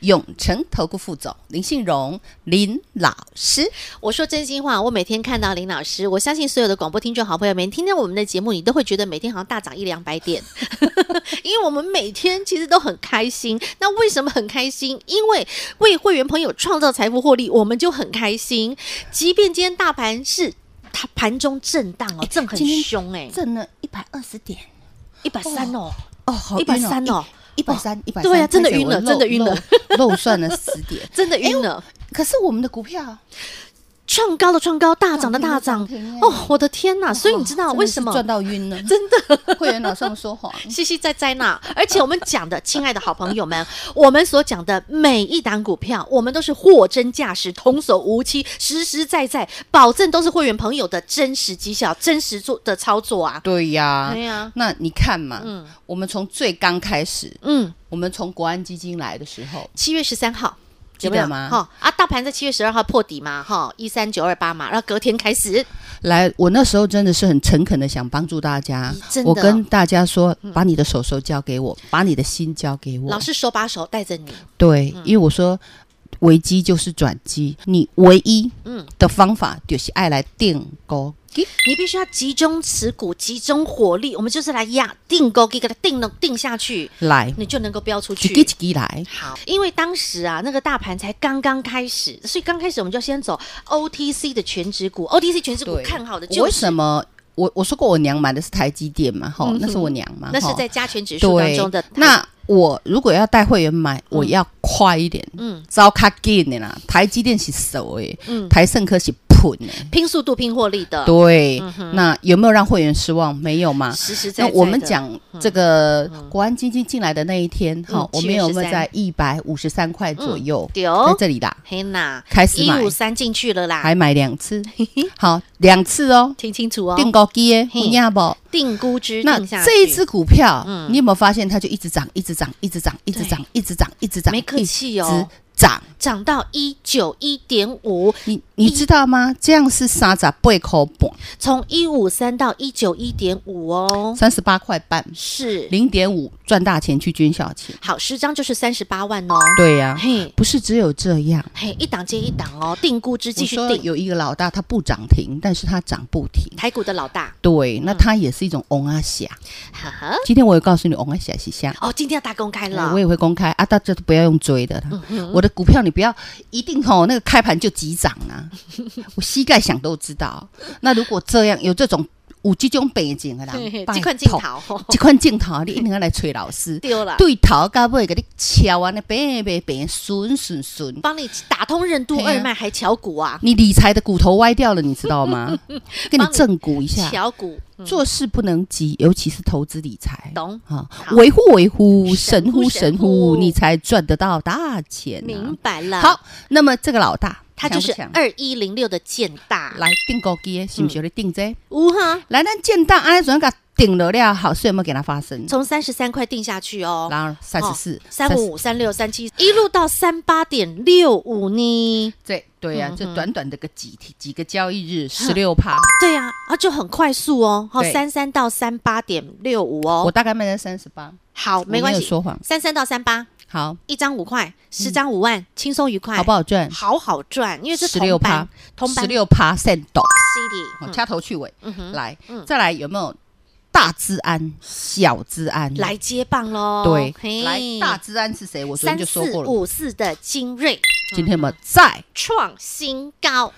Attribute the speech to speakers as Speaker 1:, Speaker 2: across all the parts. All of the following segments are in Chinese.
Speaker 1: 永诚投顾副总林信荣林老师。
Speaker 2: 我说真心话，我每天看到林老师，我相信所有的广播听众好朋友们听到我们的节目，你都会觉得每天好像大涨一两百点， 因为我们每天其实都很开心。那为什么很开心？因为为会员朋友创造财富获利，我们就很开心。即便今天大盘是它盘中震荡哦，震很
Speaker 1: 今天
Speaker 2: 凶哎、
Speaker 1: 挣了一百二十点
Speaker 2: 一百三哦，
Speaker 1: 哦，好
Speaker 2: 130哦
Speaker 1: 一百三，一百
Speaker 2: 对啊真的晕了真的晕了，
Speaker 1: 漏漏算了 十点。
Speaker 2: 真的晕了。
Speaker 1: 可是我们的股 票
Speaker 2: 创高的创高，大涨的大涨
Speaker 1: 涨停了涨停了
Speaker 2: 哦！我的天呐！所以你知道
Speaker 1: 哦
Speaker 2: 为什么
Speaker 1: 真的是赚到晕了？
Speaker 2: 真的
Speaker 1: 会员老师们说谎，
Speaker 2: 嘻嘻在在那？而且我们讲的，亲爱的好朋友们， 我们所讲的每一档股票，我们都是货真价实、童叟无欺、实实在在，保证都是会员朋友的真实绩效、真实做的操作啊！
Speaker 1: 对呀
Speaker 2: 对呀
Speaker 1: 那你看嘛，
Speaker 2: 嗯
Speaker 1: 我们从最刚开始，
Speaker 2: 嗯，
Speaker 1: 我们从国安基金来的时候，
Speaker 2: 七月十三号。
Speaker 1: 记
Speaker 2: 有
Speaker 1: 得
Speaker 2: 没有
Speaker 1: 吗
Speaker 2: 哈、啊，大盘在七月十二号破底嘛，哈、一三九二八嘛，然后隔天开始，
Speaker 1: 来，我那时候真的是很诚恳的想帮助大家
Speaker 2: 咦真，的哦嗯
Speaker 1: 我跟大家说，把你的手手交给我，把你的心交给我
Speaker 2: 老。师嗯手把手带着你，
Speaker 1: 对，因为我说危机就是转机，你唯一
Speaker 2: 嗯
Speaker 1: 的方法就是爱来定钩。
Speaker 2: 你必须要集中持股，集中火力，我们就是来压定钩，给给它定了定下去，
Speaker 1: 来，
Speaker 2: 你就能够飙出
Speaker 1: 一个一
Speaker 2: 去。
Speaker 1: 个来。
Speaker 2: 好，因为当时啊，那个大盘才刚刚开始，所以刚开始我们就要先走 OTC 的全指股，OTC 全指股看好的
Speaker 1: 我
Speaker 2: 就
Speaker 1: 为什
Speaker 2: 是
Speaker 1: 么？我我说过我娘买的是台积电嘛，哈、
Speaker 2: 嗯哼
Speaker 1: 那是我娘嘛，
Speaker 2: 那是
Speaker 1: 齁
Speaker 2: 在加权指数当
Speaker 1: 对
Speaker 2: 中的
Speaker 1: 那我如果要带会员买，我要快一点，
Speaker 2: 嗯
Speaker 1: 招卡紧的啦。台积电是熟诶，
Speaker 2: 嗯
Speaker 1: 台盛科是喷诶。
Speaker 2: 拼速度、拼获利的，
Speaker 1: 对，那有没有让会员失望？没有嘛。
Speaker 2: 实实嗯在
Speaker 1: 那
Speaker 2: 在的。
Speaker 1: 我们讲这个国安基金进来的那一天，哈、
Speaker 2: 嗯
Speaker 1: 我们有没
Speaker 2: 7
Speaker 1: 有
Speaker 2: 月13嗯
Speaker 1: 在一百五十三块左右？
Speaker 2: 丢
Speaker 1: 在这里啦，
Speaker 2: 黑娜
Speaker 1: 开始
Speaker 2: 一
Speaker 1: 买
Speaker 2: 五三进去了啦，
Speaker 1: 还买两次，好两次哦，
Speaker 2: 听清楚哦，
Speaker 1: 定
Speaker 2: 定
Speaker 1: 高基耶，
Speaker 2: 嘿
Speaker 1: 你要不？
Speaker 2: 估值
Speaker 1: 那
Speaker 2: 定下去。
Speaker 1: 这一只股票，
Speaker 2: 嗯
Speaker 1: 你有没有发现它就一直涨，一直涨，一直涨，一直
Speaker 2: 对
Speaker 1: 涨，一直涨，一直涨，
Speaker 2: 没客气哦
Speaker 1: 一直涨。
Speaker 2: 涨到一九一点五，
Speaker 1: 你你知道吗？这样是三十八口半，
Speaker 2: 从一五三到一九一点五哦，
Speaker 1: 三十八块半，
Speaker 2: 是
Speaker 1: 零点五赚大钱去捐小钱。
Speaker 2: 好十张就是三十八万哦，
Speaker 1: 对呀、
Speaker 2: 嘿
Speaker 1: 不是只有这样。
Speaker 2: 嘿，一档接一档哦，定估值继续
Speaker 1: 我说
Speaker 2: 定，
Speaker 1: 有一个老大，他不涨停，但是他涨不停。
Speaker 2: 台股的老大，
Speaker 1: 对，那他也是一种
Speaker 2: 啊
Speaker 1: 翁阿霞。
Speaker 2: 哈哈，
Speaker 1: 今天我也告诉你，翁阿霞是啥。
Speaker 2: 哦，今天要大公开
Speaker 1: 呃
Speaker 2: 了
Speaker 1: 我，也会公开啊，大家都不要用追的啦。
Speaker 2: 嗯
Speaker 1: 我的股票你不要一定吼，那个开盘就急涨啊， 我膝盖想都知道。那如果这样有这种有这种背景的
Speaker 2: 嘿嘿
Speaker 1: 人，
Speaker 2: 这款镜头
Speaker 1: 这款镜头你一定要来催老师，
Speaker 2: 丢了，
Speaker 1: 对头到尾给你敲啊，那白白白顺顺顺。
Speaker 2: 帮你打通任督
Speaker 1: 嘿啊
Speaker 2: 二脉，还巧股啊，
Speaker 1: 你理财的骨头歪掉了，你知 道吗？给你
Speaker 2: 帮你
Speaker 1: 正骨一下，
Speaker 2: 巧股，嗯
Speaker 1: 做事不能急，尤其是投资理财。
Speaker 2: 懂？
Speaker 1: 啊
Speaker 2: 好，
Speaker 1: 维护维护，
Speaker 2: 神
Speaker 1: 神
Speaker 2: 乎
Speaker 1: 乎
Speaker 2: 神
Speaker 1: 神
Speaker 2: 乎
Speaker 1: 乎，你才赚得到大钱、啊。
Speaker 2: 明白了，，
Speaker 1: 好，那么这个老大，
Speaker 2: 它就是
Speaker 1: 想不想
Speaker 2: 二一零六的建大，
Speaker 1: 来定高机的，是不是有在定这个
Speaker 2: 呜哈，
Speaker 1: 来，咱建档，安尼怎给它定了了？好事有没有给它发生？
Speaker 2: 从三十三块定下去哦。
Speaker 1: 然后三十四、
Speaker 2: 三五、三六、三七，一路到三八点六五呢？
Speaker 1: 对对呀、
Speaker 2: 嗯
Speaker 1: 就
Speaker 2: 嗯
Speaker 1: 短短的个几天几个交易日，十六趴，
Speaker 2: 对呀、啊，就很快速哦，好，
Speaker 1: 对
Speaker 2: 三三到三八点六五
Speaker 1: 我
Speaker 2: 哦，
Speaker 1: 大概卖在三十八，
Speaker 2: 好，
Speaker 1: 我
Speaker 2: 没关
Speaker 1: 有
Speaker 2: 系，
Speaker 1: 说谎，
Speaker 2: 三三到三八，
Speaker 1: 好，
Speaker 2: 一张五块，十张五万，轻松愉快，
Speaker 1: 好不
Speaker 2: 好？
Speaker 1: 好赚？
Speaker 2: 好好赚，因为是同
Speaker 1: 16
Speaker 2: 班
Speaker 1: 趴，
Speaker 2: 同班
Speaker 1: 十六趴 cent 哦
Speaker 2: CD，、嗯、
Speaker 1: 掐头去尾。
Speaker 2: 嗯哼，
Speaker 1: 来
Speaker 2: 嗯，
Speaker 1: 再来有没有大治安、小治安？
Speaker 2: 来接棒喽，
Speaker 1: 对，
Speaker 2: 嘿
Speaker 1: 来大治安是谁？我昨天
Speaker 2: 三
Speaker 1: 就说
Speaker 2: 四
Speaker 1: 过了。
Speaker 2: 五四的精锐
Speaker 1: 今天我们再
Speaker 2: 创新高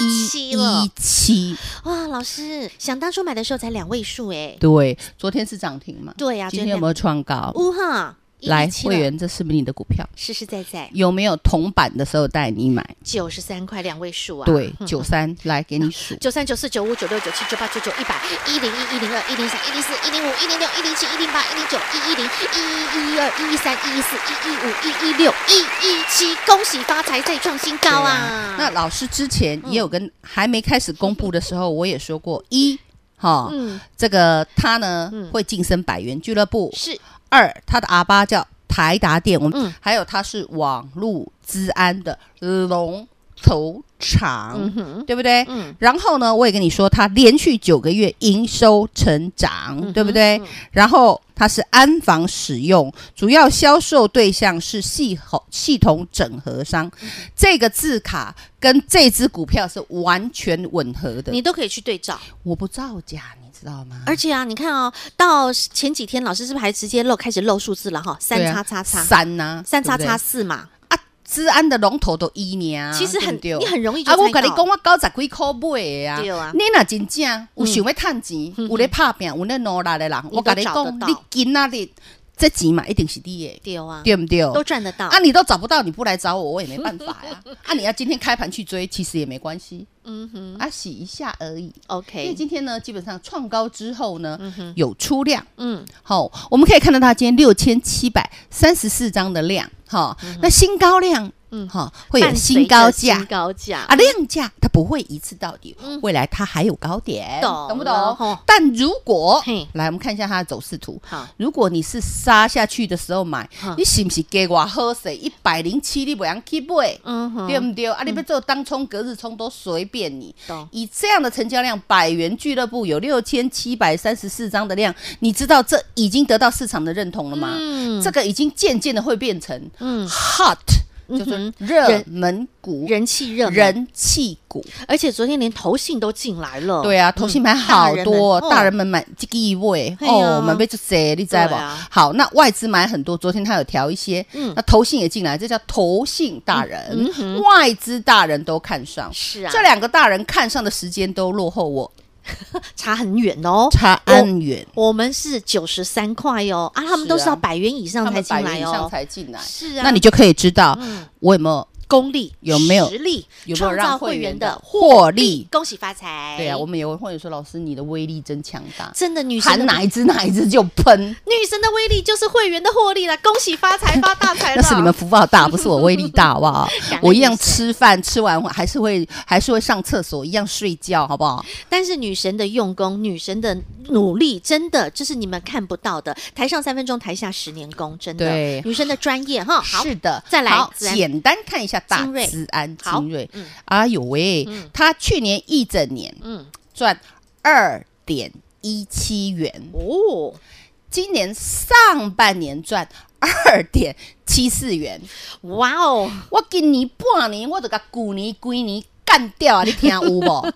Speaker 2: 一一
Speaker 1: 一
Speaker 2: 七了
Speaker 1: 一，七，
Speaker 2: 哇，老师，想当初买的时候才两位数哎，
Speaker 1: 对，昨天是涨停嘛？
Speaker 2: 对呀、啊，
Speaker 1: 今天有没有创高？
Speaker 2: 呜哈，
Speaker 1: 来，
Speaker 2: 117
Speaker 1: 会
Speaker 2: 了
Speaker 1: 员，这是不是你的股票？
Speaker 2: 实实在在
Speaker 1: 有没有铜板的时候带你买？
Speaker 2: 九十三块两位数啊，
Speaker 1: 对，九三来给你数，
Speaker 2: 九三九四九五九六九七九八九九一百一零一一零二一零三一零四一零五一零六一零七一零八一零九一一零一一一二一一三一一四一一五一一六一一七，恭喜发财再创新高啊！
Speaker 1: 那老师之前
Speaker 2: 嗯
Speaker 1: 也有跟还没开始公布的时候，我也说过一。哈、
Speaker 2: 嗯
Speaker 1: 这个他呢、
Speaker 2: 嗯
Speaker 1: 会晋升百元俱乐部。
Speaker 2: 是
Speaker 1: 二，他的阿巴叫台达电，我们、
Speaker 2: 嗯
Speaker 1: 还有他是网络资安的龙头厂，
Speaker 2: 嗯哼
Speaker 1: 对不对？
Speaker 2: 嗯
Speaker 1: 然后呢，我也跟你说，它连续九个月营收成长，
Speaker 2: 嗯
Speaker 1: 对不对？然后它是安防使用，主要销售对象是系统系统整合商。
Speaker 2: 嗯
Speaker 1: 这个字卡跟这只股票是完全吻合的，
Speaker 2: 你都可以去对照，
Speaker 1: 我不造假，你知道吗？
Speaker 2: 而且啊，你看哦，到前几天老师是不是还直接漏开始漏数字了哈？三
Speaker 1: 对啊
Speaker 2: 叉叉叉，
Speaker 1: 三呐、
Speaker 2: 三叉
Speaker 1: 对不对
Speaker 2: 叉四嘛，
Speaker 1: 啊，治安的龙头都一年、
Speaker 2: 其实很
Speaker 1: 对不对
Speaker 2: 你很容易就
Speaker 1: 啊，我
Speaker 2: 猜
Speaker 1: 跟你
Speaker 2: 到
Speaker 1: 讲，我九十几块买的啊，
Speaker 2: 对啊嗯
Speaker 1: 你若真正有想要趁钱，有咧拍拼，有咧努力的人，我跟你
Speaker 2: 找得
Speaker 1: 讲，
Speaker 2: 到
Speaker 1: 你今仔日这钱嘛一定是你的，
Speaker 2: 丢啊，
Speaker 1: 对不对？
Speaker 2: 都赚得到
Speaker 1: 啊，。你都找不到，你不来找我，我也没办法 呀。啊，你要今天开盘去追，其实也没关系，
Speaker 2: 嗯哼
Speaker 1: 啊，洗一下而已。因为
Speaker 2: ，OK，
Speaker 1: 今天呢，基本上创高之后呢，有出量，
Speaker 2: 嗯，
Speaker 1: 好、我们可以看到它今天六千七百三十四张的量，哈、那新高量，嗯，哈、会有
Speaker 2: 嗯伴随
Speaker 1: 新高
Speaker 2: 着
Speaker 1: 价
Speaker 2: 新高价
Speaker 1: 啊，量价它不会一次到底，未来它还有高点，
Speaker 2: 懂
Speaker 1: 不
Speaker 2: 了
Speaker 1: 懂
Speaker 2: 吼？
Speaker 1: 但如果
Speaker 2: 嘿
Speaker 1: 来，我们看一下它的走势图。
Speaker 2: 好，
Speaker 1: 如果你是杀下去的时候买
Speaker 2: 嗯，
Speaker 1: 你是不是给我喝水？一百零七你不要去买，
Speaker 2: 嗯哼，
Speaker 1: 对不对？啊，你要做当冲、隔日冲都随便你。
Speaker 2: 懂。
Speaker 1: 以这样的成交量，百元俱乐部有六千七百三十四张的量，你知道这已经得到市场的认同了吗？这个已经渐渐的会变成
Speaker 2: 嗯
Speaker 1: hot，、就是热门股、
Speaker 2: 人气热门，
Speaker 1: 人气股。
Speaker 2: 而且昨天连投信都进来了。
Speaker 1: 对啊，投信买好多，
Speaker 2: 嗯
Speaker 1: 大人们买这个一位
Speaker 2: 嘿啊
Speaker 1: 哦，买被就谁，你知道不
Speaker 2: 对啊？嗯
Speaker 1: 好，那外资买很多，昨天他有调一些，那投信也进来，这叫投信大人，外资大人都看上。
Speaker 2: 是啊，
Speaker 1: 这两个大人看上的时间都落后我
Speaker 2: 差很远哦。
Speaker 1: 差安远，
Speaker 2: 我们是九十三块哦，啊，他们
Speaker 1: 是
Speaker 2: 都是
Speaker 1: 啊
Speaker 2: 要百元以
Speaker 1: 他
Speaker 2: 上才
Speaker 1: 们
Speaker 2: 进
Speaker 1: 百元
Speaker 2: 来
Speaker 1: 以上
Speaker 2: 哦。
Speaker 1: 才进来，嗯
Speaker 2: 是啊，
Speaker 1: 那你就可以知道我有没有
Speaker 2: 功力
Speaker 1: 有没有
Speaker 2: 实力
Speaker 1: 有没有
Speaker 2: 创造
Speaker 1: 让
Speaker 2: 会员的
Speaker 1: 获
Speaker 2: 力
Speaker 1: 利？？
Speaker 2: 恭喜发财！
Speaker 1: 对啊，我们有会员说老师你的威力真强大，
Speaker 2: 真的女神
Speaker 1: 喊
Speaker 2: 的
Speaker 1: 哪一只哪一只就喷，
Speaker 2: 女神的威力就是会员的获利了，恭喜发财发大财了！
Speaker 1: 哎 那是你们福报大，不是我威力大，好不 好
Speaker 2: 感恩？
Speaker 1: 我一样
Speaker 2: 女神
Speaker 1: 吃饭，吃完还是会还是会上厕所，一样睡觉，好不好？
Speaker 2: 但是女神的用功，女神的努力，真的这是你们看不到的。台上三分钟，台下十年功，真的。
Speaker 1: 对
Speaker 2: 女神的专业哈。哦好，
Speaker 1: 是的，
Speaker 2: 再来
Speaker 1: 好
Speaker 2: 资安
Speaker 1: 简单看一下大
Speaker 2: 精锐
Speaker 1: 资安
Speaker 2: 好
Speaker 1: 精锐
Speaker 2: 嗯，
Speaker 1: 哎呦喂，他去年一整年
Speaker 2: 嗯，
Speaker 1: 赚二点一七元，
Speaker 2: 哦，
Speaker 1: 今年上半年赚二点七四元，
Speaker 2: 哇哦，
Speaker 1: 我今年半年我就甲旧年规年干掉啊！你 听有无？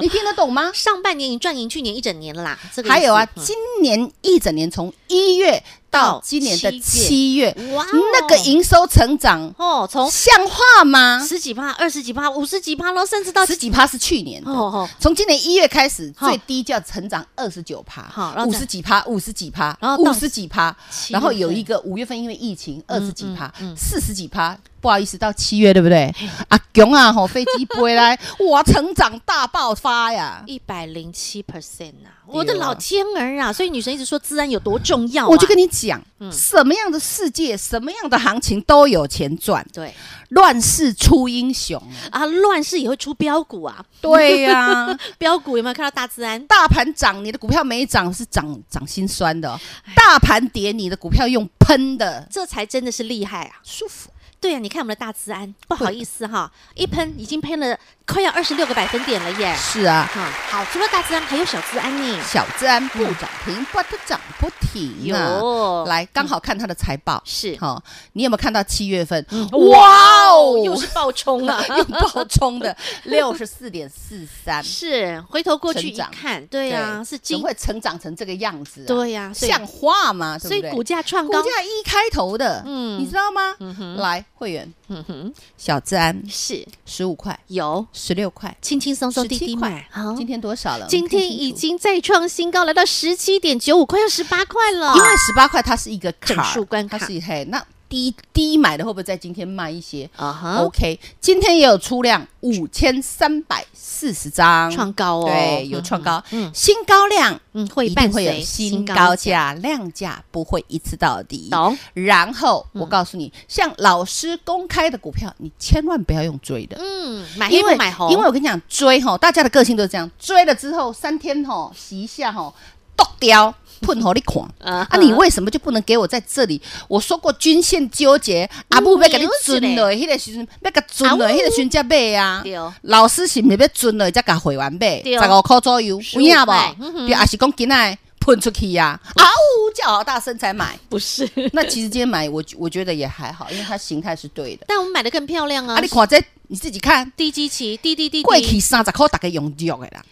Speaker 1: 你听得懂吗？
Speaker 2: 上半年你赚赢去年一整年啦，这个意思
Speaker 1: 还有啊，
Speaker 2: 嗯
Speaker 1: 今年一整年从一月
Speaker 2: 到
Speaker 1: 到今年的
Speaker 2: 七
Speaker 1: 七月，
Speaker 2: 哇哦
Speaker 1: 那个营收成长
Speaker 2: 哦，从
Speaker 1: 像话吗？
Speaker 2: 十几趴、二十几趴、五十几趴，然后甚至到
Speaker 1: 啊十几趴是去年的
Speaker 2: 哦哦，
Speaker 1: 从今年一月开始，
Speaker 2: 好
Speaker 1: 最低就要成长二十九
Speaker 2: 好
Speaker 1: 趴
Speaker 2: 然，后
Speaker 1: 五
Speaker 2: 再
Speaker 1: 十几趴，五十几趴
Speaker 2: 然，后到
Speaker 1: 五十几趴
Speaker 2: 七，
Speaker 1: 然后
Speaker 2: 月
Speaker 1: 有
Speaker 2: 份
Speaker 1: 一个五月份因为疫情二十几趴
Speaker 2: 嗯嗯，
Speaker 1: 四十几趴，不好意思，到七月对不对？啊，囧啊，吼，飞机飞来， 哇，成长大爆发呀！
Speaker 2: 一百零七 percent 啊！
Speaker 1: 哎
Speaker 2: 我的老天儿啊！所以女神一直说治安有多重要、啊，
Speaker 1: 我就跟你讲，什么样的世界，什么样的行情都有钱赚。
Speaker 2: 对
Speaker 1: 乱世出 英雄。
Speaker 2: 啊，乱世也会出标股啊，
Speaker 1: 对呀、
Speaker 2: 标股有没有看到大治安？
Speaker 1: 大盘涨，你的股票没涨是涨涨心酸的哦；
Speaker 2: 哎
Speaker 1: 大盘跌，你的股票用喷的
Speaker 2: 这才真的是厉害啊！
Speaker 1: 舒服。
Speaker 2: 对呀、你看我们的大自安，不好意思哈，一喷已经喷了快要二十六个百分点了耶。
Speaker 1: 是啊，
Speaker 2: 哈，好，除了大自安，还有小自安呢。
Speaker 1: 小自然不涨停，不得涨不停啊！
Speaker 2: 有
Speaker 1: 来，刚好看它的财报。
Speaker 2: 是
Speaker 1: 好、你有没有看到七月份？
Speaker 2: 哇
Speaker 1: 哇
Speaker 2: 哦
Speaker 1: 哦，，
Speaker 2: 又是爆冲啊！
Speaker 1: 又爆冲的六十四点四 三，
Speaker 2: 是回头过去一
Speaker 1: 成长
Speaker 2: 看，对呀、是
Speaker 1: 怎
Speaker 2: 金
Speaker 1: 么，会成长成这个样子、啊？
Speaker 2: 对呀、所以
Speaker 1: 像话吗？对
Speaker 2: 所
Speaker 1: 不
Speaker 2: 以
Speaker 1: 对
Speaker 2: 股价创
Speaker 1: 股
Speaker 2: 高，
Speaker 1: 价一开头的，
Speaker 2: 嗯
Speaker 1: 嗯，你知道吗？来，会会员
Speaker 2: 嗯哼，
Speaker 1: 小资安
Speaker 2: 是
Speaker 1: 十五块、
Speaker 2: 有
Speaker 1: 十六块、
Speaker 2: 轻轻松松滴滴
Speaker 1: 17
Speaker 2: 买
Speaker 1: 块，
Speaker 2: 好，
Speaker 1: 今天呃多少了？
Speaker 2: 今
Speaker 1: 我们看
Speaker 2: 天
Speaker 1: 清楚
Speaker 2: 已经再创新高，来到十七点九五，快要十八块了。
Speaker 1: 因为十八块它是一个
Speaker 2: 啊整
Speaker 1: 卡
Speaker 2: 数关卡
Speaker 1: 它是嘿，那低低买的会不会在今天卖一些、
Speaker 2: 啊哈
Speaker 1: o，k 今天也有出量五千三百四十张，
Speaker 2: 创高哦，
Speaker 1: 对，有创高，
Speaker 2: 嗯
Speaker 1: 新高量。
Speaker 2: 嗯，会
Speaker 1: 一
Speaker 2: 伴
Speaker 1: 定会
Speaker 2: 随
Speaker 1: 有新高，价、量价，不会一次到底。
Speaker 2: 懂？嗯
Speaker 1: 然后我告诉你，像老师公开的股票，你千万不要用追的，
Speaker 2: 嗯，买黑不买红，
Speaker 1: 因为我跟你讲，追吼，大家的个性都是这样，追了之后三天吼洗一下吼，剁掉喷吼你看。
Speaker 2: 啊
Speaker 1: 啊，你为什么就不能给我在这里？我说过均线纠结，阿母要给你准了，迄个时阵要给准了，迄个时阵才买啊。
Speaker 2: 对哦
Speaker 1: 老师是毋是要准了才甲会员买？
Speaker 2: 对
Speaker 1: 十
Speaker 2: 哦
Speaker 1: 五块左右，
Speaker 2: 15
Speaker 1: 有影
Speaker 2: 块嗯
Speaker 1: 无？对，也是讲今仔喷出去呀，啊呜，叫好大声才买。
Speaker 2: 不是？
Speaker 1: 那其实今天买，我我觉得也还好，因为它形态是对的。
Speaker 2: 但我们买的更漂亮啊！
Speaker 1: 啊，你看这你自己看，
Speaker 2: 低基期，低低低
Speaker 1: 过
Speaker 2: 低，
Speaker 1: 去三十块大概用掉的啦。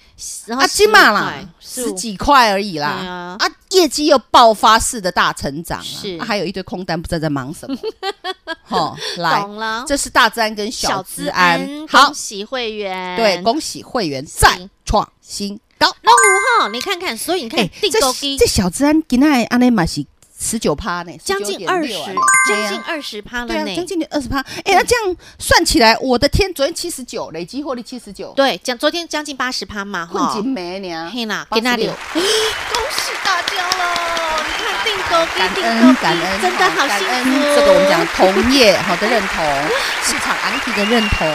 Speaker 2: 然后
Speaker 1: 啊，金马啦，
Speaker 2: 十
Speaker 1: 十
Speaker 2: 几
Speaker 1: 几块而已啦，
Speaker 2: 对啊
Speaker 1: 啊，业绩又爆发式的大成长啊，
Speaker 2: 是
Speaker 1: 啊还有一堆空单，不知道在忙 什么。好、来
Speaker 2: 懂，了，
Speaker 1: 这是大资安跟小资安，好
Speaker 2: 恭，喜会员，
Speaker 1: 对，恭喜会员再创新高。
Speaker 2: 龙五号，你看看，所以你看
Speaker 1: 哎这
Speaker 2: 定购机
Speaker 1: 这小资安今天安内嘛是十九趴呢，
Speaker 2: 将近二十，将近。二十嗯趴
Speaker 1: 对
Speaker 2: 了
Speaker 1: 啊，将
Speaker 2: 呢。
Speaker 1: 近二十趴，哎，那这样算起来，我的天，昨天七十九，累计获利七十九，
Speaker 2: 对，讲昨天将近八十趴嘛，
Speaker 1: 困
Speaker 2: 哈
Speaker 1: 境，没呢，
Speaker 2: 嘿啦，
Speaker 1: 86
Speaker 2: 给那里， 恭喜大家喽！你看定购
Speaker 1: 感
Speaker 2: 机，定购
Speaker 1: 恩感
Speaker 2: 机
Speaker 1: 恩，哦
Speaker 2: 真的好
Speaker 1: 感
Speaker 2: 幸
Speaker 1: 恩
Speaker 2: 福。
Speaker 1: 这个我们讲同业好的认同，市场昂体的认同，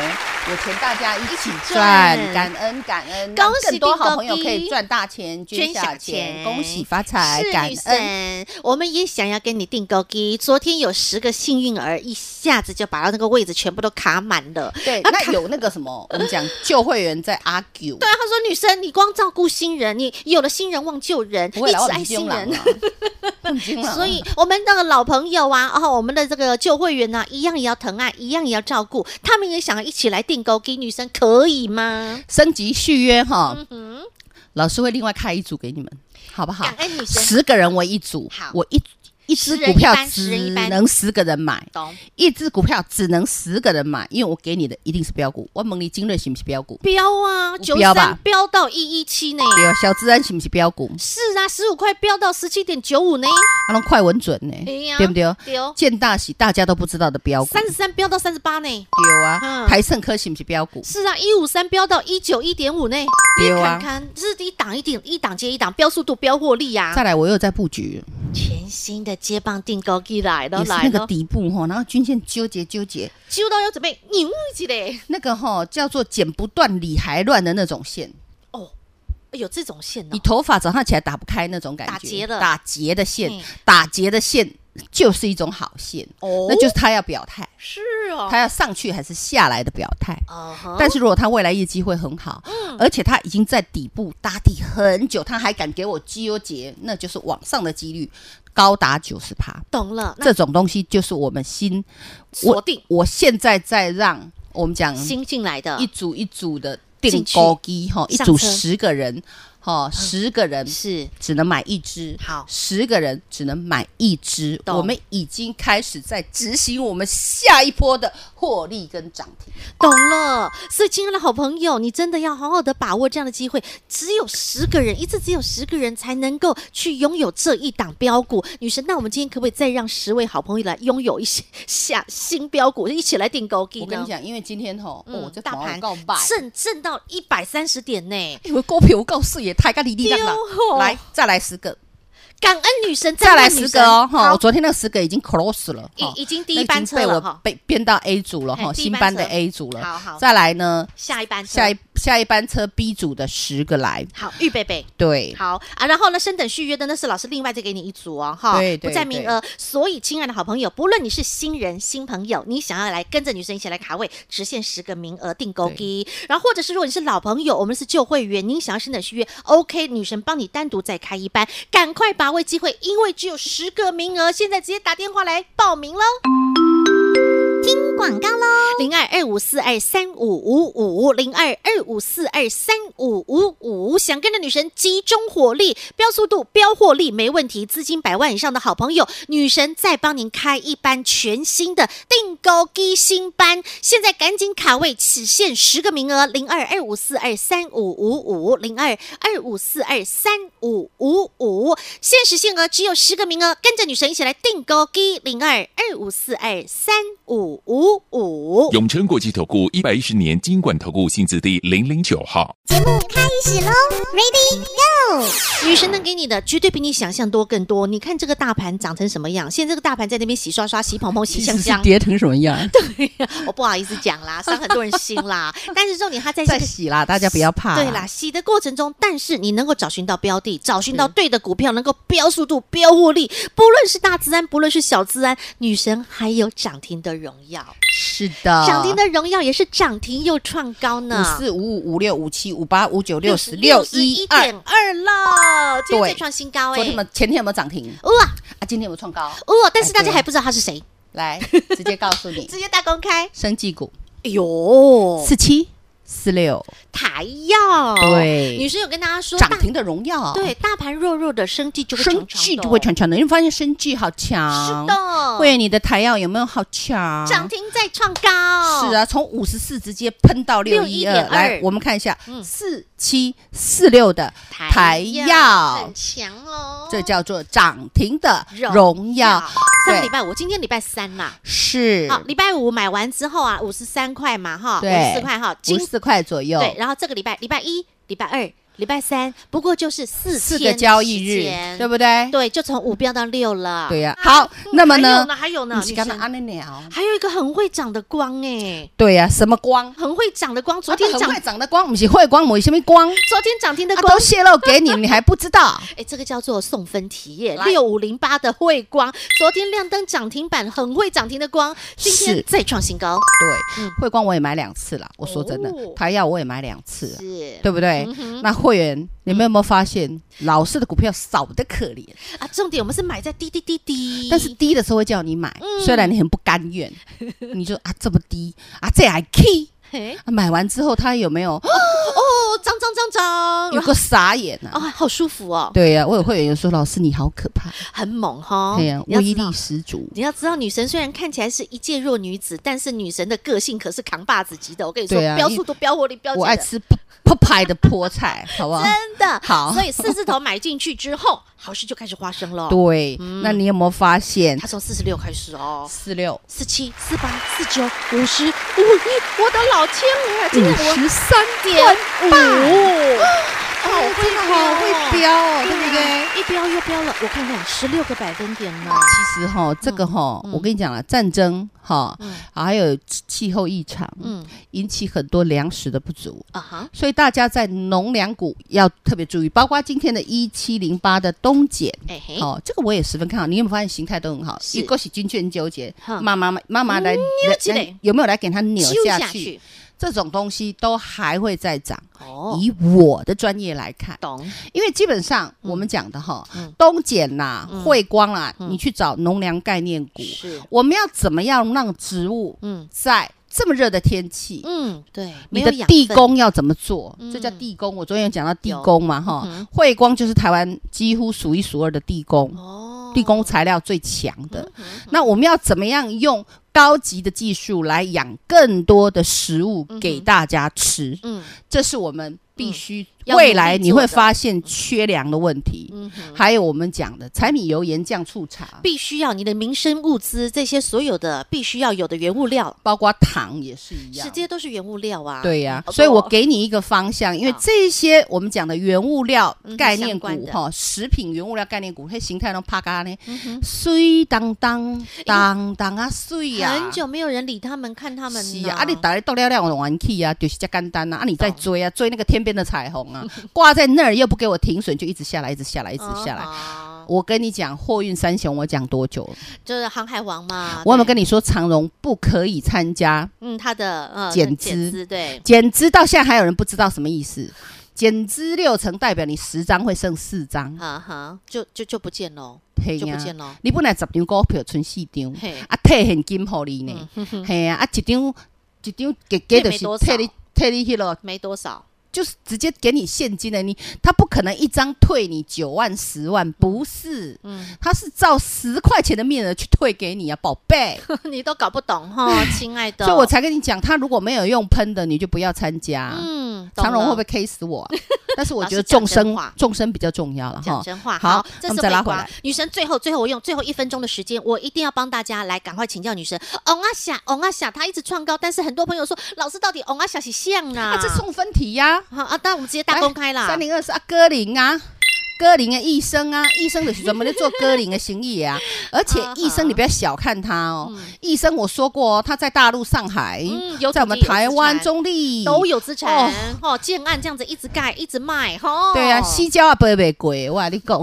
Speaker 1: 有钱大家一起赚
Speaker 2: 赚，
Speaker 1: 感恩感恩，
Speaker 2: 恭
Speaker 1: 让
Speaker 2: 喜
Speaker 1: 更多
Speaker 2: 丁高
Speaker 1: 好朋友可
Speaker 2: 低
Speaker 1: 以赚大钱、
Speaker 2: 捐
Speaker 1: 捐
Speaker 2: 小
Speaker 1: 小
Speaker 2: 钱
Speaker 1: 钱，恭喜发财，
Speaker 2: 是
Speaker 1: 感
Speaker 2: 女
Speaker 1: 恩。
Speaker 2: 神，我们也想要跟你订购机。昨天有十个幸运儿，一下子就把那个位置全部都卡满了。
Speaker 1: 对，那有那个什么，我们讲旧会员在 argue，
Speaker 2: 对啊，他说女生，你光照顾新人，你有了新人忘旧人，
Speaker 1: 不
Speaker 2: 一
Speaker 1: 会老
Speaker 2: 直
Speaker 1: 板
Speaker 2: 爱
Speaker 1: 金
Speaker 2: 新
Speaker 1: 了
Speaker 2: 人。，
Speaker 1: 很 金啊了，
Speaker 2: 所以我们那个老朋友啊，哦，我们的这个旧会员呢、啊一样也要疼爱，一样也要照顾，他们也想要一起来订购给女生，可以吗？
Speaker 1: 升级续约哈，
Speaker 2: 嗯，
Speaker 1: 老师会另外开一组给你们，好不好
Speaker 2: 感？恩女生，
Speaker 1: 十个人为一组
Speaker 2: 好，
Speaker 1: 我一一
Speaker 2: 十
Speaker 1: 只
Speaker 2: 人一
Speaker 1: 股票
Speaker 2: 班十
Speaker 1: 只
Speaker 2: 人一班
Speaker 1: 能十个人买。
Speaker 2: 懂？
Speaker 1: 一只股票只能十个人买，因为我给你的一定是标股。我问你，精锐是不是标股？
Speaker 2: 飙啊，九
Speaker 1: 有飙
Speaker 2: 三
Speaker 1: 吧
Speaker 2: 飙到一一七呢。
Speaker 1: 对哦，小资安是不是标股？
Speaker 2: 是啊，十五块飙到十七点九五呢，
Speaker 1: 啊，拢快稳准呢，
Speaker 2: 对哎呀
Speaker 1: 对不对？
Speaker 2: 对哦，
Speaker 1: 建大喜大家都不知道的标股，
Speaker 2: 三十三飙到三十八呢，
Speaker 1: 对
Speaker 2: 嗯
Speaker 1: 啊，台盛科是不是标股？
Speaker 2: 是啊，一五三飙到一九一点五呢，你
Speaker 1: 对啊
Speaker 2: 看看，这是一档一档一档接一档，飙速度飙获利啊呀、
Speaker 1: 再来，我又在布局，
Speaker 2: 全新的接棒订购机来了
Speaker 1: 也是
Speaker 2: 来
Speaker 1: 那个
Speaker 2: 了，
Speaker 1: 底部哈，然后均线纠结纠结，
Speaker 2: 揪到要准备扭一起嘞，
Speaker 1: 那个哈叫做剪不断理还乱的那种线，
Speaker 2: 哦，有这种线
Speaker 1: 你
Speaker 2: 哦，
Speaker 1: 头发早上起来打不开那种感觉，
Speaker 2: 打结了
Speaker 1: 打结的
Speaker 2: 嗯
Speaker 1: 线，打结的线就是一种好线，
Speaker 2: 哦
Speaker 1: 那就是他要表态，
Speaker 2: 是哦，
Speaker 1: 他要上去还是下来的表态。
Speaker 2: 哦嗯哈
Speaker 1: 但是如果它未来业绩会很好，而且它已经在底部打底很久，它还敢给我纠结，那就是往上的几率高达九十趴。
Speaker 2: 懂了，那
Speaker 1: 这种东西就是我们新
Speaker 2: 锁定
Speaker 1: 我。我现在在让我们讲
Speaker 2: 新进来的
Speaker 1: 一组一组的
Speaker 2: 啊进
Speaker 1: 订
Speaker 2: 去
Speaker 1: 购机哈，一
Speaker 2: 上
Speaker 1: 组
Speaker 2: 车嗯
Speaker 1: 十个人哈，十个人
Speaker 2: 是
Speaker 1: 只能买一只，
Speaker 2: 好
Speaker 1: 十个人只能买一只。
Speaker 2: 懂
Speaker 1: 我们已经开始在执行我们下一波的获利跟涨停。
Speaker 2: 懂了，所以亲爱的好朋友，你真的要好好的把握这样的机会。只有十个人，一次只有十个人才能够去拥有这一档标股。女神，那我们今天可不可以再让十位好朋友来拥有一些下新标股，一起来订购给
Speaker 1: 我跟你，讲，因为今天吼，
Speaker 2: 嗯
Speaker 1: 哦，这
Speaker 2: 大盘
Speaker 1: 告白，
Speaker 2: 震震到一百三十点呢。
Speaker 1: 因为股票我告诉也太个哩哩当
Speaker 2: 对哦
Speaker 1: 当，来再来十个，
Speaker 2: 感恩女神，
Speaker 1: 再
Speaker 2: 赞
Speaker 1: 来
Speaker 2: 叹女
Speaker 1: 十
Speaker 2: 神
Speaker 1: 个哦，哈，
Speaker 2: 好
Speaker 1: 我昨天那十个已经 close 了，哈
Speaker 2: 已已经第
Speaker 1: 那
Speaker 2: 一
Speaker 1: 已
Speaker 2: 班
Speaker 1: 经
Speaker 2: 车
Speaker 1: 被
Speaker 2: 了
Speaker 1: 我
Speaker 2: 哈，
Speaker 1: 被编到 A 组了
Speaker 2: 哎
Speaker 1: 哈，
Speaker 2: 第一
Speaker 1: 新
Speaker 2: 班
Speaker 1: 班的
Speaker 2: 车
Speaker 1: A 组了，
Speaker 2: 好好嗯
Speaker 1: 再来呢，
Speaker 2: 下一班车
Speaker 1: 下一下一班车 B 组的十个来，
Speaker 2: 好预备备。
Speaker 1: 对，
Speaker 2: 好啊，然后呢，升等续约的那是老师另外再给你一组哦，哈，
Speaker 1: 对
Speaker 2: 不
Speaker 1: 对
Speaker 2: 占名额。所以，亲爱的好朋友，不论你是新人、新朋友，你想要来跟着女生一起来卡位，只限十个名额订购机。然后，或者是如果你是老朋友，我们是旧会员，您想要升等续约，OK，女神帮你单独再开一班，赶快把握机会，因为只有十个名额，现在直接打电话来报名喽。
Speaker 3: 天听广告喽。
Speaker 2: 零二二五四二三五五五零二二五四二三五五五，想跟着女神集中火力，飙速度、飙获利没问题，资金百万以上的好朋友，女神再帮您开一班全新的订购低薪班，现在赶紧卡位，只限十个名额，零二二五四二三五五五零二二五四二三五五五，限时限额只有十个名额，跟着女神一起来订购低零二二五四二三五五五。
Speaker 4: 永诚国际投顾一百一十年金管投顾性质第零零九号。
Speaker 3: 节目开始喽，Ready Go！
Speaker 2: 女神能给你的绝对比你想象多更多。你看这个大盘长成什么样？现在这个大盘在那边洗刷刷、洗蓬蓬、洗香 香。
Speaker 1: 跌成什么样？
Speaker 2: 我不好意思讲啦，伤很多人心啦。但是重点，它在这
Speaker 1: 再
Speaker 2: 个
Speaker 1: 洗啦，大家不要怕。
Speaker 2: 对啦，，洗的过程中，但是你能够找寻到标的，找寻到对的股票，能够标速度、标获利，不论是大自然，不论是小自然，女神还有涨停的荣耀，
Speaker 1: 是的，
Speaker 2: 涨停的荣耀也是涨停又创高
Speaker 1: 啊五
Speaker 2: 呢。
Speaker 1: 四五五五六五七五八五九六十六一
Speaker 2: 一
Speaker 1: 哦二。
Speaker 2: 点二了，今天
Speaker 1: 对
Speaker 2: 再创新高哎、
Speaker 1: 昨天有没有前天有没有涨停
Speaker 2: 哇
Speaker 1: 啊？今天有没有创高？
Speaker 2: 哇！但是大
Speaker 1: 哎对
Speaker 2: 家
Speaker 1: 啊
Speaker 2: 还不知道他是谁，
Speaker 1: 来，直接告诉 你，
Speaker 2: 直接大公开。
Speaker 1: 生技股
Speaker 2: 哎呦，
Speaker 1: 四七四六
Speaker 2: 台药，
Speaker 1: 对
Speaker 2: 女生有跟大家说
Speaker 1: 涨
Speaker 2: 大
Speaker 1: 停的荣耀，
Speaker 2: 对，大盘弱弱的生计就会
Speaker 1: 生
Speaker 2: 长长
Speaker 1: 技
Speaker 2: 的哦
Speaker 1: 就会强强的，因为发现生技好强，
Speaker 2: 是，的，
Speaker 1: 会员你的台药有没有好强？
Speaker 2: 涨停再创高，
Speaker 1: 是，啊，从五十四直接喷到六一二，
Speaker 2: 61.2
Speaker 1: 来我们看一下
Speaker 2: 嗯
Speaker 1: 四七四六的台药
Speaker 2: 很，强哦，
Speaker 1: 这叫做涨停的
Speaker 2: 荣
Speaker 1: 荣耀，
Speaker 2: 上个礼
Speaker 1: 对，
Speaker 2: 拜五，今天礼拜三啦，
Speaker 1: 是
Speaker 2: 好，礼拜五买完之后啊，五十三块嘛，哈，
Speaker 1: 对
Speaker 2: 五十块哈，今
Speaker 1: 五十四块左右，
Speaker 2: 对，然后这个礼拜礼拜一、礼拜二、礼拜三，不过就是四
Speaker 1: 四
Speaker 2: 天
Speaker 1: 个
Speaker 2: 的
Speaker 1: 交
Speaker 2: 时
Speaker 1: 易
Speaker 2: 间
Speaker 1: 日，对不对？
Speaker 2: 对，就从五飙到六了，
Speaker 1: 对呀
Speaker 2: 啊
Speaker 1: 好
Speaker 2: 嗯
Speaker 1: 那么
Speaker 2: 还
Speaker 1: 呢
Speaker 2: 有还有呢，
Speaker 1: 你是
Speaker 2: 女
Speaker 1: 干
Speaker 2: 生
Speaker 1: 嘛啊安尼鸟？
Speaker 2: 还有一个很会长的光哎、
Speaker 1: 对呀，什么光？
Speaker 2: 很会长的光，昨天
Speaker 1: 啊
Speaker 2: 涨，
Speaker 1: 很快长的光，不是会光，我什么光？
Speaker 2: 昨天涨停的
Speaker 1: 啊
Speaker 2: 光
Speaker 1: 都，泄露给你，你还不 知道？
Speaker 2: 哎、这个叫做送分题耶，
Speaker 1: 来
Speaker 2: 六五零八的汇光，昨天亮灯涨停板，很会涨停的光，今天
Speaker 1: 是
Speaker 2: 再创新高，嗯
Speaker 1: 对，汇光我也买两次了，我说真的
Speaker 2: 哦，
Speaker 1: 台药我也买两次
Speaker 2: 是
Speaker 1: 了，啊
Speaker 2: 嗯
Speaker 1: 对不对？那会员，你们有没有发现老师的股票少的可怜？
Speaker 2: 啊，重点我们是买在滴滴滴滴，
Speaker 1: 但是低的时候会叫你买，
Speaker 2: 嗯
Speaker 1: 虽然你很不甘 愿，你就啊这么低啊这还 key，
Speaker 2: 嘿
Speaker 1: 啊买完之后他有没有
Speaker 2: 哦，涨涨涨涨，
Speaker 1: 有
Speaker 2: 然后
Speaker 1: 个傻眼
Speaker 2: 嗯哦，
Speaker 1: 啊？
Speaker 2: 好舒服哦，
Speaker 1: 对呀，我有会员说老师你好可怕，
Speaker 2: 很猛哈、
Speaker 1: 对呀，
Speaker 2: 哦你要
Speaker 1: 威
Speaker 2: 知道
Speaker 1: 力十足。
Speaker 2: 你要知道，女神虽然看起来是一介弱女子，但是女神的个性可是扛把子级的。我跟你说
Speaker 1: 对，啊
Speaker 2: 飙
Speaker 1: 因
Speaker 2: 速度、飙活力、飙
Speaker 1: 我
Speaker 2: 节
Speaker 1: 爱
Speaker 2: 的
Speaker 1: 吃 p p 的菠菜， 好不好？
Speaker 2: 真的
Speaker 1: 好
Speaker 2: 所以四字头买进去之后，好事就开始发生了。
Speaker 1: 对，
Speaker 2: 嗯
Speaker 1: 那你有没有发现
Speaker 2: 它从四十六开始哦，
Speaker 1: 四六
Speaker 2: 四七、四八、四九、五十、五一，我的老天爷啊！今天我哎
Speaker 1: 三
Speaker 2: 点五，
Speaker 1: 好真的好会
Speaker 2: 飙
Speaker 1: 飙
Speaker 2: 哦，
Speaker 1: 哦，对不对？
Speaker 2: 一飙又飙了，我看看十六个百分点呢。
Speaker 1: 其实哈，这个哈，我跟你讲了，战争哈
Speaker 2: 嗯，
Speaker 1: 还有气候异常，
Speaker 2: 嗯
Speaker 1: 引起很多粮食的不足。
Speaker 2: 啊哈，
Speaker 1: 所以大家在农粮股要特别注意，包括今天的一七零八的东碱，
Speaker 2: 哎嘿，
Speaker 1: 哦，这个我也十分看好。你有没有发现形态都很好？
Speaker 2: 是嗯
Speaker 1: 一个是军券纠结，
Speaker 2: 哼
Speaker 1: 妈妈妈妈来
Speaker 2: 起
Speaker 1: 来
Speaker 2: 来
Speaker 1: 来有没有来给它扭
Speaker 2: 揪
Speaker 1: 下去？，这种东西都还会再涨。
Speaker 2: 哦，
Speaker 1: 以我的专业来看，
Speaker 2: 懂，
Speaker 1: 因为基本上我们讲的哈，
Speaker 2: 嗯
Speaker 1: 东碱啦、
Speaker 2: 嗯
Speaker 1: 汇光啦，
Speaker 2: 嗯
Speaker 1: 你去找农粮概念股，
Speaker 2: 是，
Speaker 1: 我们要怎么样让植物
Speaker 2: 嗯
Speaker 1: 在这么热的天气？
Speaker 2: 嗯，对，没
Speaker 1: 你
Speaker 2: 有
Speaker 1: 的
Speaker 2: 养
Speaker 1: 地
Speaker 2: 分
Speaker 1: 公要怎么做？这叫
Speaker 2: 嗯
Speaker 1: 地公。我昨天有讲到地
Speaker 2: 有
Speaker 1: 公嘛，哈
Speaker 2: 嗯哼，
Speaker 1: 汇光就是台湾几乎数一数二的地公。
Speaker 2: 哦，
Speaker 1: 地宫材料最强的。
Speaker 2: 嗯
Speaker 1: 那我们要怎么样用高级的技术来养更多的食物给大家吃？
Speaker 2: 嗯
Speaker 1: 这是我们必须
Speaker 2: 要
Speaker 1: 未
Speaker 2: 努
Speaker 1: 来
Speaker 2: 力做的
Speaker 1: 你会发现缺粮的问题。
Speaker 2: 嗯哼，
Speaker 1: 还有我们讲的柴米油盐酱醋茶，
Speaker 2: 必须要你的民生物资这些所有的必须要有的原物料，
Speaker 1: 包括糖也是一
Speaker 2: 是
Speaker 1: 样
Speaker 2: 这。些都是原物料啊。
Speaker 1: 对呀、
Speaker 2: 好多哦
Speaker 1: 所以我给你一个方向，因为
Speaker 2: 好
Speaker 1: 这些我们讲的原物料
Speaker 2: 嗯
Speaker 1: 概念股
Speaker 2: 相关的嗯
Speaker 1: 哈、食品原物料概念股，嘿，形态都啪嘎呢，水当当当当啊，水呀、
Speaker 2: 很久没有人理他们，看他们
Speaker 1: 是
Speaker 2: 呢
Speaker 1: 啊，啊你打来到了了玩去啊，就是这简单啊，啊你在
Speaker 2: 懂
Speaker 1: 追啊，追那个天边的彩虹 啊，挂在那儿又不给我停损，就一直下来，一直下
Speaker 2: 啊
Speaker 1: 来，一直下来。
Speaker 2: 哦
Speaker 1: 我跟你讲，货运三雄，我讲多久了？
Speaker 2: 好就是航海王嘛。
Speaker 1: 我有没有
Speaker 2: 啊对
Speaker 1: 跟你说，长荣不可以参加？
Speaker 2: 嗯他的呃
Speaker 1: 减
Speaker 2: 减
Speaker 1: 资
Speaker 2: 资对
Speaker 1: 简直到现在还有人不知道什么意思。减资六成，代表你十张会剩四张，
Speaker 2: 啊哈，就就就不见喽，
Speaker 1: 嘿
Speaker 2: 就不
Speaker 1: 嗯呀
Speaker 2: 见喽。
Speaker 1: 你本来十张股票存四张
Speaker 2: 嘿，嗯
Speaker 1: 啊退现金互你呢，嘿啊啊一张一张给给就
Speaker 2: 没
Speaker 1: 是
Speaker 2: 多少
Speaker 1: 退你退你迄落，
Speaker 2: 没多少，
Speaker 1: 就是直接给你现金的，你他不可能一张退你九万十
Speaker 2: 嗯
Speaker 1: 万，不是，他是照十块钱的面额去退给你啊，宝贝，
Speaker 2: 你都搞不 懂 哈，亲爱的。
Speaker 1: 所以我才跟你讲，他如果没有用喷的，你就不要参加。
Speaker 2: 嗯，懂
Speaker 1: 长荣
Speaker 2: 了
Speaker 1: 会不会 K 死我啊、但是我
Speaker 2: 老
Speaker 1: 觉
Speaker 2: 师
Speaker 1: 得众
Speaker 2: 讲真
Speaker 1: 生
Speaker 2: 话
Speaker 1: 众生比较重要了
Speaker 2: 讲
Speaker 1: 哈。
Speaker 2: 真话，
Speaker 1: 好
Speaker 2: 这
Speaker 1: 那我
Speaker 2: 是
Speaker 1: 们再拉
Speaker 2: 微光
Speaker 1: 回来
Speaker 2: 女神最后最后我用最后一分钟的时间，我一定要帮大家来赶快请教女神。翁啊霞，翁啊霞，她一直创高，但是很多朋友说，老师到底翁啊霞是像啊？
Speaker 1: 啊，这送分题呀、
Speaker 2: 好啊，那我们直接大公开啦。
Speaker 1: 三零二四啊，歌林啊，歌林的医生啊，医生就是专门在做歌林的行医啊。而 且
Speaker 2: 啊
Speaker 1: 医生你不要小看他哦，医生我说过、哦，他在大陆上海，
Speaker 2: 嗯有
Speaker 1: 在我们
Speaker 2: 土地有
Speaker 1: 台
Speaker 2: 资
Speaker 1: 湾
Speaker 2: 产
Speaker 1: 中立
Speaker 2: 都。有资产
Speaker 1: 哦
Speaker 2: 哦，建案这样子一直盖一直卖哦。
Speaker 1: 对啊，西郊啊，不会贵，我跟 你讲，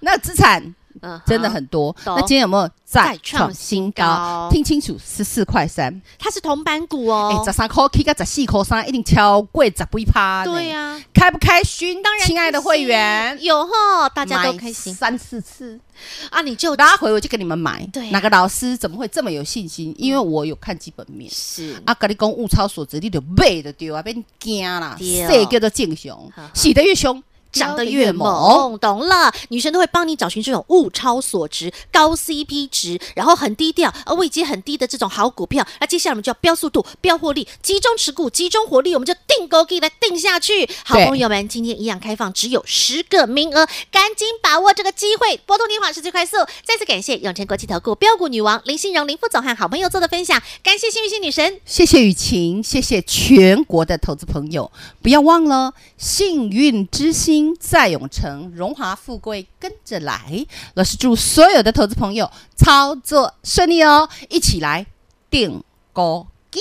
Speaker 1: 那资产
Speaker 2: 嗯哼
Speaker 1: 真的，很多。
Speaker 2: 懂
Speaker 1: 那今天有没有
Speaker 2: 再
Speaker 1: 再
Speaker 2: 创
Speaker 1: 创新
Speaker 2: 高
Speaker 1: 高？听清楚，十四块三。
Speaker 2: 它是铜板股
Speaker 1: 哎、
Speaker 2: 哦
Speaker 1: 十。三块起到十四块三，一定超过十几趴。
Speaker 2: 对、啊呀，
Speaker 1: 开不开心？当
Speaker 2: 当然
Speaker 1: 亲爱的会员，
Speaker 2: 有哈，大家都
Speaker 1: 买
Speaker 2: 开心
Speaker 1: 三四次，
Speaker 2: 啊，你就
Speaker 1: 拉回我就给你们买。
Speaker 2: 对啊
Speaker 1: 哪个老师怎么会这么有信心？因为我有看基本面。
Speaker 2: 是
Speaker 1: 啊，跟你讲物超所值，你就买就对啊，别惊啦，
Speaker 2: 对
Speaker 1: 这叫做敬雄
Speaker 2: 哈哈，
Speaker 1: 洗得越凶，
Speaker 2: 长得越猛，懂了？女生都会帮你找寻这种物超所值、高 CP 值，然后很低调，呃而位阶很低的这种好股票。那接下来我们就要标速度、标获利，集中持股、集中活力，我们就定勾给它定下去。好
Speaker 1: 对
Speaker 2: 朋友们，今天一样开放，只有十个名额，赶紧把握这个机会，波动电话是最快速。再次感谢永诚国际投顾标股女王林心荣林副总和好朋友做的分享，感谢幸运星女神。
Speaker 1: 谢谢雨晴，谢谢全国的投资朋友，不要忘了，幸运之星在永城，荣华富贵跟着来。老师祝所有的投资朋友操作顺利哦，一起来定高机。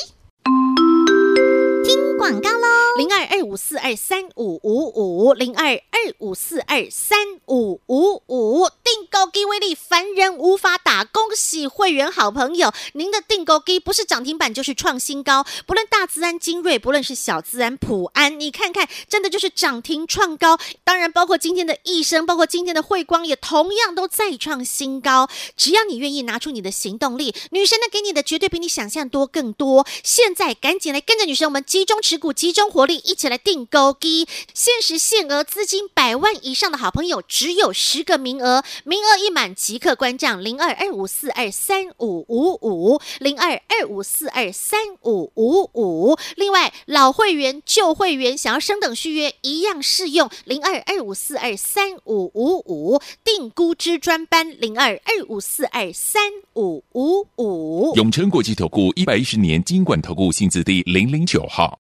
Speaker 3: 听广告喽！
Speaker 2: 零二二五四二三五五五，零二二五四二三五五五，订购机威力，凡人无法打。恭喜会员好朋友，您的订购机不是涨停板就是创新高，不论大自然精锐，不论是小自然普安，你看看，真的就是涨停创高。当然，包括今天的益生，包括今天的汇光，也同样都再创新高。只要你愿意拿出你的行动力，女神呢给你的绝对比你想象多更多。现在赶紧来跟着女神，我们集中持股、集中活力，一起来订购机。限时限额资金百万以上的好朋友只有十个名额，名额一满即刻关账零二二五四二三五五五零二二五四二三五五五。另外，老会员、旧会员想要升等续约一样适用零二二五四二三五五五定估值专班零二二五四二三五五五。
Speaker 4: 永诚国际投顾一百一十年金管投顾性质第零零九号。